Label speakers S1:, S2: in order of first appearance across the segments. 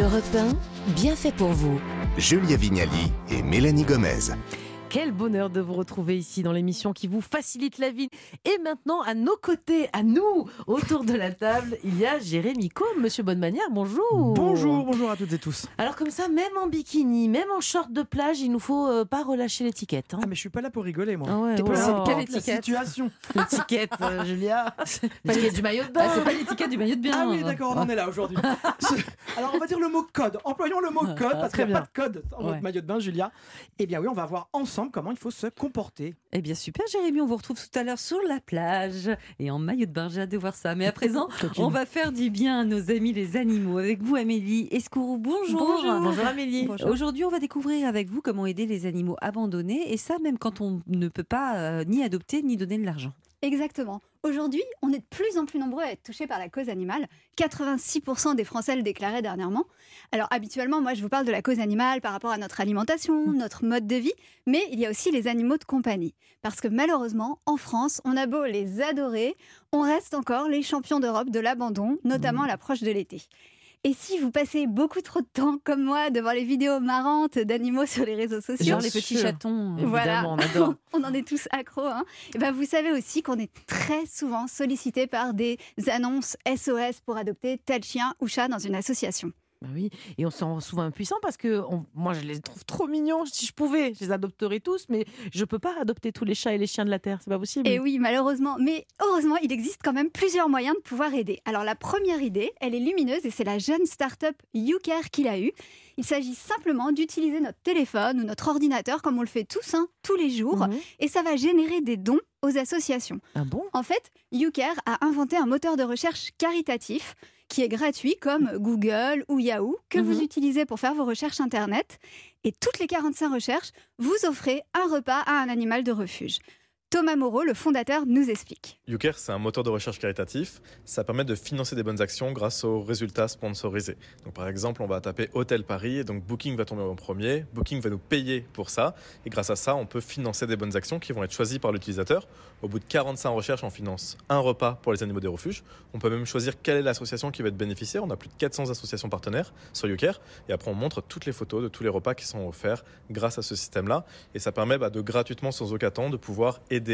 S1: Europe 1, bien fait pour vous.
S2: Julia Vignali et Mélanie Gomez.
S3: Quel bonheur de vous retrouver ici dans l'émission qui vous facilite la vie. Et maintenant, à nos côtés, à nous, autour de la table, il y a Jérémy Combe. Monsieur Bonne Manière, bonjour.
S4: Bonjour, bonjour à toutes et tous.
S3: Alors comme ça, même en bikini, même en short de plage, il nous faut euh, pas relâcher l'étiquette. hein.
S4: Ah mais je suis pas là pour rigoler moi.
S3: Ah ouais,
S4: T'es
S3: oh
S4: pas
S3: là.
S4: là pour
S3: Quelle
S4: la
S3: étiquette
S4: situation.
S3: L'étiquette, euh, Julia. L'étiquette du maillot de bain. c'est pas l'étiquette du maillot de bain. hein.
S4: Ah oui d'accord, on en est là aujourd'hui. Ce- Alors on va dire le mot code. Employons le mot code parce
S3: très
S4: qu'il n'y a
S3: bien.
S4: pas de code en
S3: Ouais.
S4: mode maillot de bain Julia. Eh bien oui, on va voir ensemble comment il faut se comporter.
S5: Eh bien super Jérémy, on vous retrouve tout à l'heure sur la plage et en maillot de bain, j'ai hâte de voir ça. Mais à présent, on va faire du bien à nos amis les animaux. Avec vous Amélie Escourou, bonjour.
S3: Bonjour. Amélie.
S5: Aujourd'hui, on va découvrir avec vous comment aider les animaux abandonnés et ça même quand on ne peut pas euh, ni adopter ni donner de l'argent.
S6: Exactement. Aujourd'hui, on est de plus en plus nombreux à être touchés par la cause animale. 86% des Français le déclaraient dernièrement. Alors habituellement, moi, je vous parle de la cause animale par rapport à notre alimentation, notre mode de vie, mais il y a aussi les animaux de compagnie. Parce que malheureusement, en France, on a beau les adorer, on reste encore les champions d'Europe de l'abandon, notamment à l'approche de l'été. Et si vous passez beaucoup trop de temps, comme moi, devant les vidéos marrantes d'animaux sur les réseaux sociaux,
S5: Genre les
S3: sûr.
S5: petits chatons. euh,
S6: Voilà.
S3: Évidemment, on adore.
S6: on en est tous accros. hein. Et ben, vous savez aussi qu'on est très souvent sollicité par des annonces SOS pour adopter tel chien ou chat dans une association.
S3: Bah oui, et on se sent souvent impuissant parce que on- moi je les trouve trop mignons. Si je pouvais, je les adopterais tous, mais je peux pas adopter tous les chats et les chiens de la terre, c'est pas possible.
S6: Et oui, malheureusement. Mais heureusement, il existe quand même plusieurs moyens de pouvoir aider. Alors, la première idée, elle est lumineuse et c'est la jeune start-up YouCare qui l'a eue. Il s'agit simplement d'utiliser notre téléphone ou notre ordinateur comme on le fait tous, hein, tous les jours.
S3: Mhm.
S6: Et ça va générer des dons aux associations.
S3: Ah bon
S6: En fait, YouCare a inventé un moteur de recherche caritatif qui est gratuit comme Google ou Yahoo que vous
S3: Mhm.
S6: utilisez pour faire vos recherches internet et toutes les 45 recherches, vous offrez un repas à un animal de refuge. Thomas Moreau, le fondateur, nous explique.
S7: YouCare, c'est un moteur de recherche caritatif. Ça permet de financer des bonnes actions grâce aux résultats sponsorisés. Donc, par exemple, on va taper Hôtel Paris et donc Booking va tomber en premier. Booking va nous payer pour ça. Et grâce à ça, on peut financer des bonnes actions qui vont être choisies par l'utilisateur. Au bout de 45 recherches, on finance un repas pour les animaux des refuges. On peut même choisir quelle est l'association qui va être bénéficiaire. On a plus de 400 associations partenaires sur YouCare. Et après, on montre toutes les photos de tous les repas qui sont offerts grâce à ce système-là. Et ça permet bah, de gratuitement, sans aucun temps, de pouvoir aider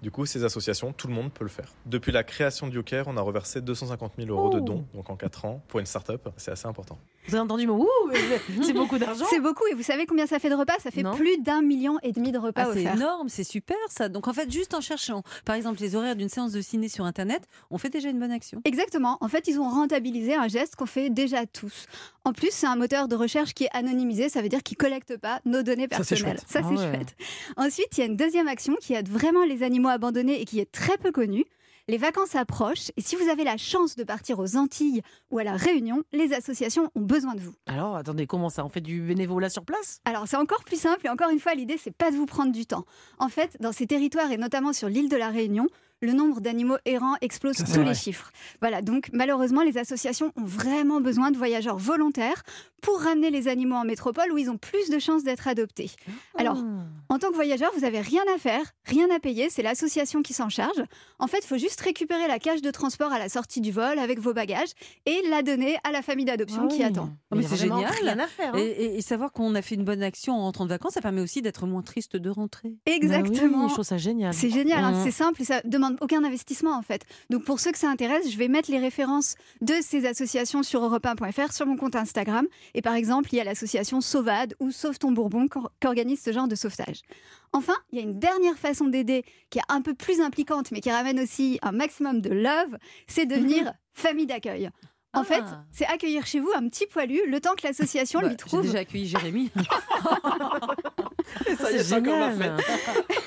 S7: du coup, ces associations, tout le monde peut le faire. Depuis la création de YouCare, on a reversé 250 000 euros de
S3: Oh.
S7: dons, donc en 4 ans, pour une start-up, c'est assez important.
S3: Vous avez entendu le mot Ouh, mais C'est beaucoup d'argent.
S6: C'est beaucoup et vous savez combien ça fait de repas Ça fait
S3: Non.
S6: plus d'un million et demi de repas
S5: Ah, c'est
S6: offerts.
S5: énorme, c'est super ça. Donc en fait, juste en cherchant, par exemple, les horaires d'une séance de ciné sur Internet, on fait déjà une bonne action.
S4: Hein.
S6: Exactement. En fait, ils ont rentabilisé un geste qu'on fait déjà tous. En plus, c'est un moteur de recherche qui est anonymisé, ça veut dire qu'il collecte pas nos données
S4: Ça, c'est
S6: personnelles.
S4: chouette.
S6: Ça,
S3: Ah
S6: c'est
S3: ouais.
S6: chouette. Ensuite, il y a une deuxième action qui aide vraiment les animaux abandonnés et qui est très peu connue. Les vacances approchent et si vous avez la chance de partir aux Antilles ou à la Réunion, les associations ont besoin de vous.
S3: Alors attendez, comment ça On fait du bénévolat sur place
S6: Alors c'est encore plus simple et encore une fois l'idée c'est pas de vous prendre du temps. En fait, dans ces territoires et notamment sur l'île de la Réunion, le nombre d'animaux errants explose
S4: Ça, c'est
S6: tous
S4: vrai.
S6: les chiffres. Voilà, donc malheureusement les associations ont vraiment besoin de voyageurs volontaires pour ramener les animaux en métropole où ils ont plus de chances d'être adoptés. Alors
S3: Ah
S6: en tant que voyageur, vous avez rien à faire, rien à payer, c'est l'association qui s'en charge. En fait, il faut juste récupérer la cage de transport à la sortie du vol avec vos bagages et la donner à la famille d'adoption qui attend.
S5: Mais
S3: Il y a
S5: c'est
S3: vraiment
S5: génial.
S3: Rien à faire. hein.
S5: Et, et- et savoir qu'on a fait une bonne action en rentrant de vacances, ça permet aussi d'être moins triste de rentrer.
S3: Bah oui,
S6: Exactement.
S3: je trouve ça génial.
S6: C'est génial, hein,
S5: Mmh.
S3: Mhm.
S6: c'est simple et ça demande aucun investissement en fait. Donc pour ceux que ça intéresse, je vais mettre les références de ces associations sur europe1.fr, sur mon compte Instagram. Et par exemple, il y a l'association Sauvade ou Sauve ton Bourbon qu'or- qu'organise ce genre de sauvetage. Enfin, il y a une dernière façon d'aider qui est un peu plus impliquante mais qui ramène aussi un maximum de love, c'est devenir famille d'accueil. En
S5: Ah.
S6: fait, c'est accueillir chez vous un petit poilu le temps que l'association
S5: Bah,
S6: lui
S5: J'ai
S6: trouve.
S5: déjà accueilli Jérémy.
S4: Ça y est,
S3: C'est
S4: c'est encore la
S3: génial.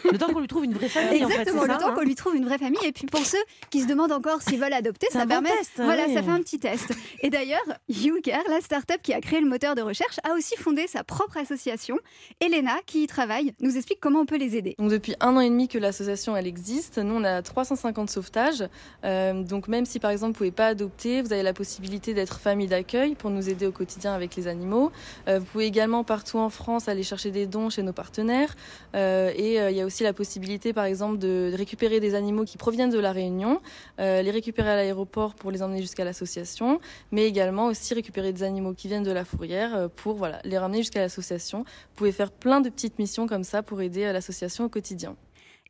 S3: Le temps qu'on lui trouve une vraie famille.
S6: Exactement,
S3: en fait, c'est
S6: le
S3: ça,
S6: temps
S3: hein.
S6: qu'on lui trouve une vraie famille. Et puis pour ceux qui se demandent encore s'ils veulent adopter,
S3: C'est
S6: ça
S3: un bon
S6: permet
S3: test, hein,
S6: Voilà,
S3: oui.
S6: ça fait un petit test. Et d'ailleurs, YouCare, la start-up qui a créé le moteur de recherche, a aussi fondé sa propre association. Elena, qui y travaille, nous explique comment on peut les aider.
S8: Donc depuis un an et demi que l'association elle existe, nous on a 350 sauvetages. Euh, donc même si par exemple vous pouvez pas adopter, vous avez la possibilité d'être famille d'accueil pour nous aider au quotidien avec les animaux. Euh, vous pouvez également partout en France aller chercher des dons chez nos nos partenaires. Euh, et euh, il y a aussi la possibilité, par exemple, de, de récupérer des animaux qui proviennent de la Réunion, euh, les récupérer à l'aéroport pour les emmener jusqu'à l'association, mais également aussi récupérer des animaux qui viennent de la fourrière euh, pour voilà, les ramener jusqu'à l'association. Vous pouvez faire plein de petites missions comme ça pour aider euh, l'association au quotidien.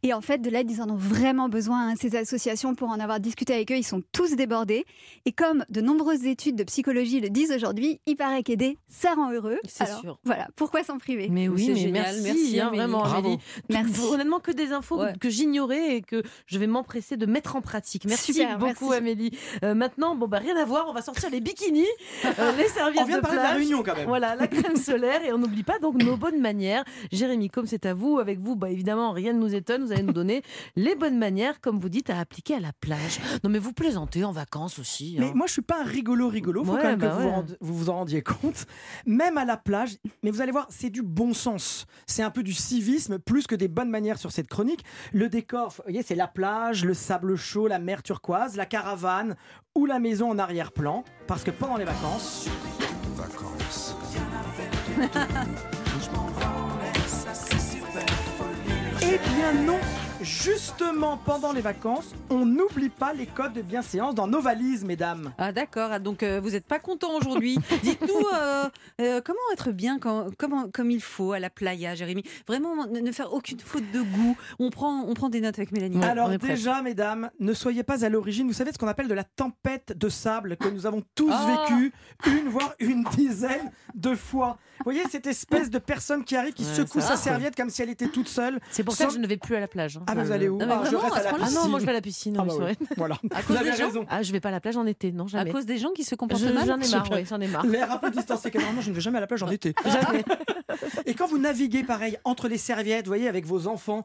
S6: Et en fait, de l'aide, ils en ont vraiment besoin. hein. Ces associations, pour en avoir discuté avec eux, ils sont tous débordés. Et comme de nombreuses études de psychologie le disent aujourd'hui, il paraît qu'aider, ça rend heureux.
S5: C'est
S6: Alors,
S5: sûr.
S6: Voilà, pourquoi s'en priver
S3: Mais oui,
S5: C'est
S3: mais
S5: génial,
S3: merci,
S5: merci,
S3: hein,
S5: Amélie.
S3: vraiment,
S5: Bravo.
S3: Amélie. Tout-
S6: Merci.
S3: honnêtement, que des infos
S5: Ouais.
S3: que j'ignorais et que je vais m'empresser de mettre en pratique. Merci
S6: Super,
S3: beaucoup,
S6: merci.
S3: Amélie. Euh, maintenant, bon, bah, rien à voir, on va sortir les bikinis, euh, les serviettes
S4: On vient
S3: de
S4: de parler de la
S3: plage.
S4: réunion quand même.
S3: Voilà, la crème solaire et on n'oublie pas donc nos bonnes manières. Jérémy, comme c'est à vous, avec vous, bah évidemment, rien ne nous étonne. Vous allez nous donner les bonnes manières, comme vous dites, à appliquer à la plage. Non mais vous plaisantez en vacances aussi.
S4: Mais
S3: hein.
S4: moi, je suis pas un rigolo rigolo. Faut
S3: Ouais,
S4: quand même
S3: bah
S4: que vous,
S3: ouais.
S4: rende- vous vous en rendiez compte. Même à la plage. Mais vous allez voir, c'est du bon sens. C'est un peu du civisme plus que des bonnes manières sur cette chronique. Le décor, vous voyez, c'est la plage, le sable chaud, la mer turquoise, la caravane ou la maison en arrière-plan. Parce que pendant les vacances,
S2: Vacances.
S4: eh bien non. Justement, pendant les vacances, on n'oublie pas les codes de bienséance dans nos valises, mesdames.
S5: Ah d'accord, Ah, donc euh, vous n'êtes pas content aujourd'hui. Dites-nous euh, euh, comment être bien quand- comment, comme il faut à la playa, Jérémy. Vraiment, ne, ne faire aucune faute de goût. On prend, on prend des notes avec Mélanie.
S3: Ouais,
S4: Alors
S3: on est prête.
S4: déjà, mesdames, ne soyez pas à l'origine, vous savez, de ce qu'on appelle de la tempête de sable que nous avons tous
S5: Ah.
S4: vécu une, voire une dizaine de fois. Vous voyez, cette espèce de personne qui arrive, qui
S3: Ouais,
S4: secoue
S3: ça va,
S4: sa
S3: quoi.
S4: serviette comme si elle était toute seule.
S3: C'est pour ça que
S4: Sans-
S3: je ne vais plus à la plage. hein.
S4: Ah, mais vous allez où
S5: Non, mais
S4: Ah, Je
S5: vraiment,
S4: reste
S5: à
S4: à
S5: ce
S4: la
S5: point-là
S4: piscine.
S3: Ah non, moi je vais à la piscine.
S4: Ah
S3: oui,
S4: bah
S3: c'est
S4: oui,
S3: vrai.
S4: Voilà.
S5: cause
S4: Vous
S5: des
S4: avez
S5: gens
S4: raison.
S3: Ah, je vais pas à la plage en été, non
S5: à
S3: jamais.
S5: cause des gens qui se
S3: Je-
S5: comportent mal.
S3: J'en ai marre,
S4: Super.
S3: oui, j'en ai
S5: Ah.
S3: marre.
S4: L'air un peu distancé, car normalement je ne vais jamais à la plage en été.
S3: Jamais.
S4: Et quand vous naviguez pareil entre les serviettes, vous voyez, avec vos enfants,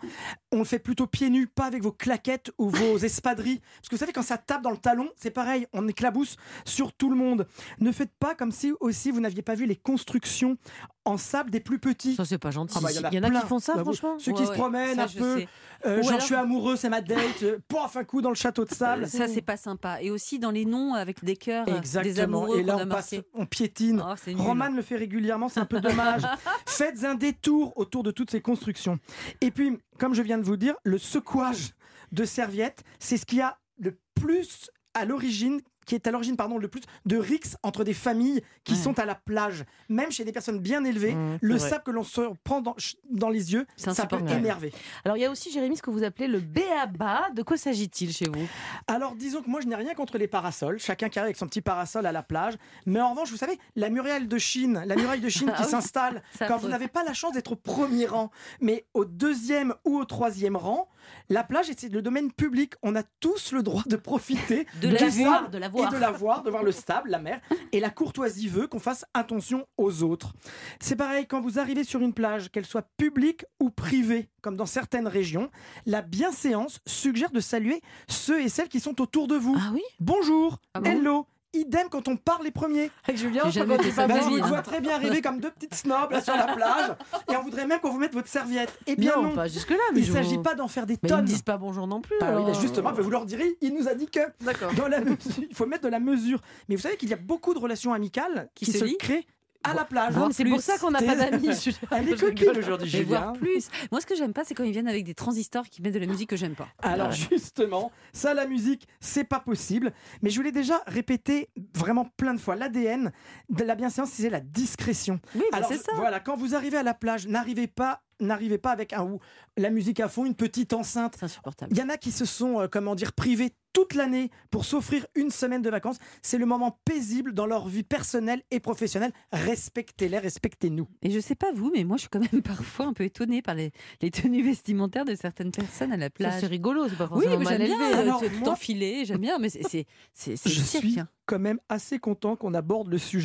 S4: on le fait plutôt pieds nus, pas avec vos claquettes ou vos espadrilles. Parce que vous savez, quand ça tape dans le talon, c'est pareil, on éclabousse sur tout le monde. Ne faites pas comme si aussi vous n'aviez pas vu les constructions en sable des plus petits.
S3: Ça, c'est pas gentil.
S4: Ah bah,
S3: il y en a,
S4: plein.
S3: qui font ça,
S4: Bah, vous-
S3: franchement.
S4: Ceux qui
S5: Ouais,
S4: se
S5: ouais,
S4: promènent
S5: ça,
S4: un
S5: je
S4: peu,
S5: sais.
S4: euh,
S5: Ou
S4: genre
S5: alors-
S4: je suis amoureux, c'est ma date, euh, pof, un coup dans le château de sable.
S5: Ça, c'est pas sympa. Et aussi dans les noms avec des cœurs, euh, des
S4: Exactement.
S5: amoureux
S4: Et là,
S5: qu'on a
S4: on, passe,
S5: marqués.
S4: on piétine.
S5: Oh, c'est nul.
S4: Roman le fait régulièrement, c'est un peu dommage. Faites un détour autour de toutes ces constructions. Et puis, comme je viens de vous dire, le secouage de serviettes, c'est ce qu'il y a le plus à l'origine qui est à l'origine pardon le plus de rixes entre des familles qui
S5: Ouais.
S4: sont à la plage même chez des personnes bien élevées
S3: Mmh,
S4: le
S3: c'est vrai.
S4: sable que l'on se prend dans, dans les yeux
S3: C'est
S4: ça peut
S3: insupportable.
S4: énerver
S3: Alors, il y a aussi, Jérémy, ce que vous appelez le béaba. De quoi s'agit-il chez vous
S4: Alors disons que moi je n'ai rien contre les parasols, chacun qui arrive avec son petit parasol à la plage, mais en revanche, vous savez, la muraille de Chine, la muraille de Chine
S5: Ah
S4: qui
S5: oui.
S4: s'installe
S5: C'est
S4: quand
S5: affreux.
S4: vous n'avez pas la chance d'être au premier rang, mais au deuxième ou au troisième rang, la plage est- c'est le domaine public, on a tous le droit de profiter
S5: De
S4: du
S5: la
S4: sable
S5: voir, de la voir.
S4: et de la voir, de voir le sable, la mer, et la courtoisie veut qu'on fasse attention aux autres. C'est pareil quand vous arrivez sur une plage, qu'elle soit publique ou privée, comme dans certaines régions, la bienséance suggère de saluer ceux et celles qui sont autour de vous.
S3: oui
S4: Bonjour,
S5: Ah bon
S4: hello. Idem quand on parle les premiers.
S3: Avec Julien, on
S5: J'ai
S3: se
S5: jamais
S3: raconte
S5: fait ça de
S3: pas
S4: Bah,
S5: ma
S4: je
S3: mal.
S5: vie,
S4: vous
S5: hein.
S4: vois très bien arriver comme deux petites snobs là, sur la plage et on voudrait même qu'on vous mette votre serviette. Eh bien
S3: Non,
S4: non,
S3: pas jusque-là, mais
S4: il ne
S3: je-
S4: s'agit pas d'en faire des
S3: Mais ils ne
S4: tonnes.
S3: disent pas bonjour non plus.
S4: Bah oui,
S3: alors.
S4: bah justement, bah vous leur direz, il nous a dit que
S8: D'accord.
S4: dans la mesure- il faut mettre de la mesure. Mais vous savez qu'il y a beaucoup de relations amicales qui,
S5: Qui se
S4: se,
S5: lient
S4: créent à la plage.
S3: Ah, mais c'est pour
S4: Plus.
S3: ça qu'on n'a pas d'amis. Julien.
S4: Elle est
S3: Je
S4: coquine
S3: rigole.
S4: aujourd'hui,
S5: Et voir
S4: Julien.
S5: plus. Moi, ce que j'aime pas, c'est quand ils viennent avec des transistors qui mettent de la musique que j'aime pas.
S4: Alors justement, ça la musique, c'est pas possible. Mais je vous l'ai déjà répété vraiment plein de fois. L'ADN de la bienséance, c'est la discrétion.
S5: Oui, bah,
S4: Alors
S5: c'est ça.
S4: voilà, quand vous arrivez à la plage, n'arrivez pas, n'arrivez pas avec un ou la musique à fond, une petite enceinte.
S5: C'est insupportable.
S4: Il y en a qui se sont, euh, comment dire, privés toute l'année pour s'offrir une semaine de vacances. C'est le moment paisible dans leur vie personnelle et professionnelle. Respectez-les, respectez-nous.
S5: Et je sais pas vous, mais moi je suis quand même parfois un peu étonnée par les, les tenues vestimentaires de certaines personnes à la
S3: Ça,
S5: plage.
S3: C'est rigolo, c'est pas
S5: oui,
S3: forcément
S5: mais
S3: mal
S5: j'aime
S3: élevé.
S5: bien
S4: Alors,
S5: euh, tout
S4: moi-
S5: enfiler, j'aime bien, mais c'est c'est c'est c'est
S4: Je
S5: le cirque,
S4: suis
S5: hein.
S4: quand même assez content qu'on aborde le sujet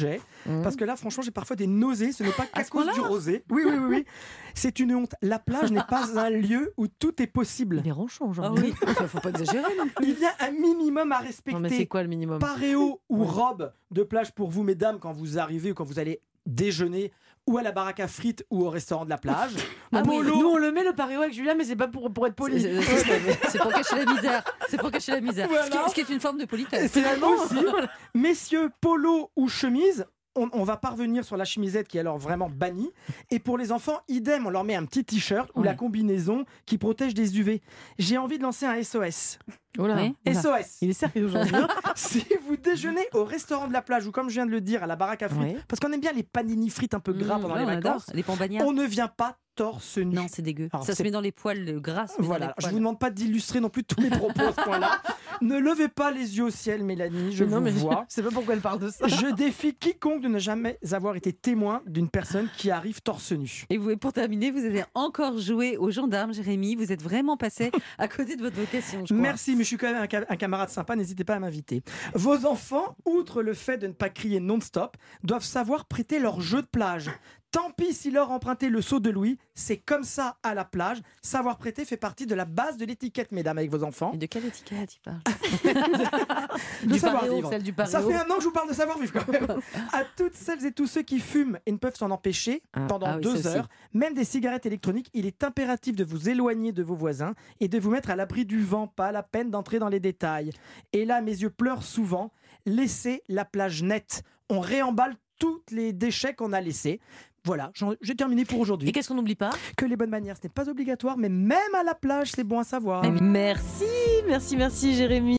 S3: Mmh.
S4: euh, parce que là, franchement, j'ai parfois des nausées. Ce n'est pas qu'à
S5: ce
S4: cause
S5: point-là
S4: du rosé. Oui, oui, oui, oui. C'est une honte. La plage n'est pas un lieu où tout est possible.
S3: Il est ronchon,
S5: Ah
S3: genre.
S5: oui, ça, faut pas exagérer non plus.
S4: Il y a un minimum
S3: Non,
S4: à
S3: mais c'est
S4: respecter.
S3: quoi le minimum
S4: Paréo ou robe de plage pour vous, mesdames, quand vous arrivez ou quand vous allez déjeuner ou à la baraque à frites ou au restaurant de la plage.
S3: Ah oui,
S4: Polo.
S3: Nous, on le met le paréo avec Julien, mais c'est pas pour, pour être poli.
S5: C'est- c'est- C'est pour cacher la misère. C'est pour cacher la misère. Ce qui-
S4: Voilà.
S5: Ce qui est une forme de politesse.
S4: Et finalement aussi, messieurs, polo ou chemise, on, on va parvenir sur la chemisette qui est alors vraiment bannie. Et pour les enfants, idem, on leur met un petit t-shirt ou la combinaison qui protège des UV. J'ai envie de lancer un SOS.
S3: Oh là,
S5: Oui.
S3: oh là.
S4: SOS
S3: Il est sérieux aujourd'hui.
S4: si vous déjeunez au restaurant de la plage ou comme je viens de le dire à la baraque à frites,
S3: Ouais. Mmh,
S4: parce qu'on aime bien les panini frites un peu gras
S5: Mmh,
S4: pendant les vacances,
S5: Les pambagnards.
S4: on ne vient pas torse nu.
S5: Non, c'est dégueu.
S4: Alors,
S5: ça se
S4: c'est-
S5: met dans les poils, le gras. se met dans
S4: Voilà,
S5: les
S4: je
S5: poils.
S4: vous demande pas d'illustrer non plus tous mes propos à ce point-là. Ne levez pas les yeux au ciel, Mélanie, je
S3: Non,
S4: vous
S3: mais je-
S4: vois.
S3: Je sais pas pourquoi elle parle de ça.
S4: Je défie quiconque de ne jamais avoir été témoin d'une personne qui arrive torse nu.
S5: Et vous, et pour terminer, vous avez encore joué aux gendarmes, Jérémy. Vous êtes vraiment passé à côté de votre vocation, je crois.
S4: Merci, mais je suis quand même un, ca- un camarade sympa, n'hésitez pas à m'inviter. Vos enfants, outre le fait de ne pas crier non-stop, doivent savoir prêter leur jeu de plage. Tant pis si leur emprunter le seau de Louis, c'est comme ça à la plage. Savoir prêter fait partie de la base de l'étiquette, mesdames, avec vos enfants.
S3: Mais de quelle étiquette il parle
S4: De savoir
S3: Paris-Haut,
S4: vivre.
S3: celle du
S4: Ça
S3: Paris-Haut.
S4: fait un an que je vous parle de savoir vivre quand même. à toutes celles et tous ceux qui fument et ne peuvent s'en empêcher
S3: Ah,
S4: pendant
S3: ah oui,
S4: deux
S3: ça aussi.
S4: heures, même des cigarettes électroniques, il est impératif de vous éloigner de vos voisins et de vous mettre à l'abri du vent. Pas la peine d'entrer dans les détails. Et là, mes yeux pleurent souvent. Laissez la plage nette. On réemballe tous les déchets qu'on a laissés. Voilà, j'en- j'ai terminé pour
S3: Et
S4: aujourd'hui.
S3: qu'est-ce qu'on n'oublie pas
S4: Que les bonnes manières, ce n'est pas obligatoire, mais même à la plage, c'est bon à savoir.
S3: Merci, merci, merci Jérémy.